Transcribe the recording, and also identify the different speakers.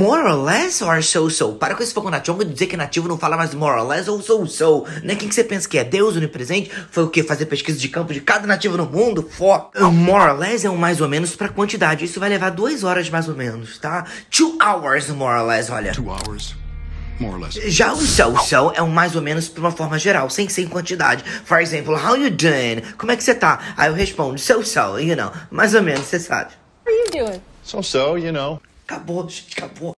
Speaker 1: More or less or so-so? Para com esse fogo nativo e dizer que nativo não fala mais more or less ou so-so. Né? Quem que você pensa que é? Deus onipresente? Foi o que? Fazer pesquisa de campo de cada nativo no mundo? Foda. More or less é um mais ou menos pra quantidade. Isso vai levar duas horas mais ou menos, tá? Two hours more or less, olha.
Speaker 2: Two hours, more or less.
Speaker 1: Já o so-so é um mais ou menos pra uma forma geral, sem ser em quantidade. For example, how you doing? Como é que você tá? Aí eu respondo, so-so, you know. Mais ou menos, você sabe.
Speaker 3: What are you doing?
Speaker 2: So so, you know.
Speaker 1: Acabou, gente, acabou.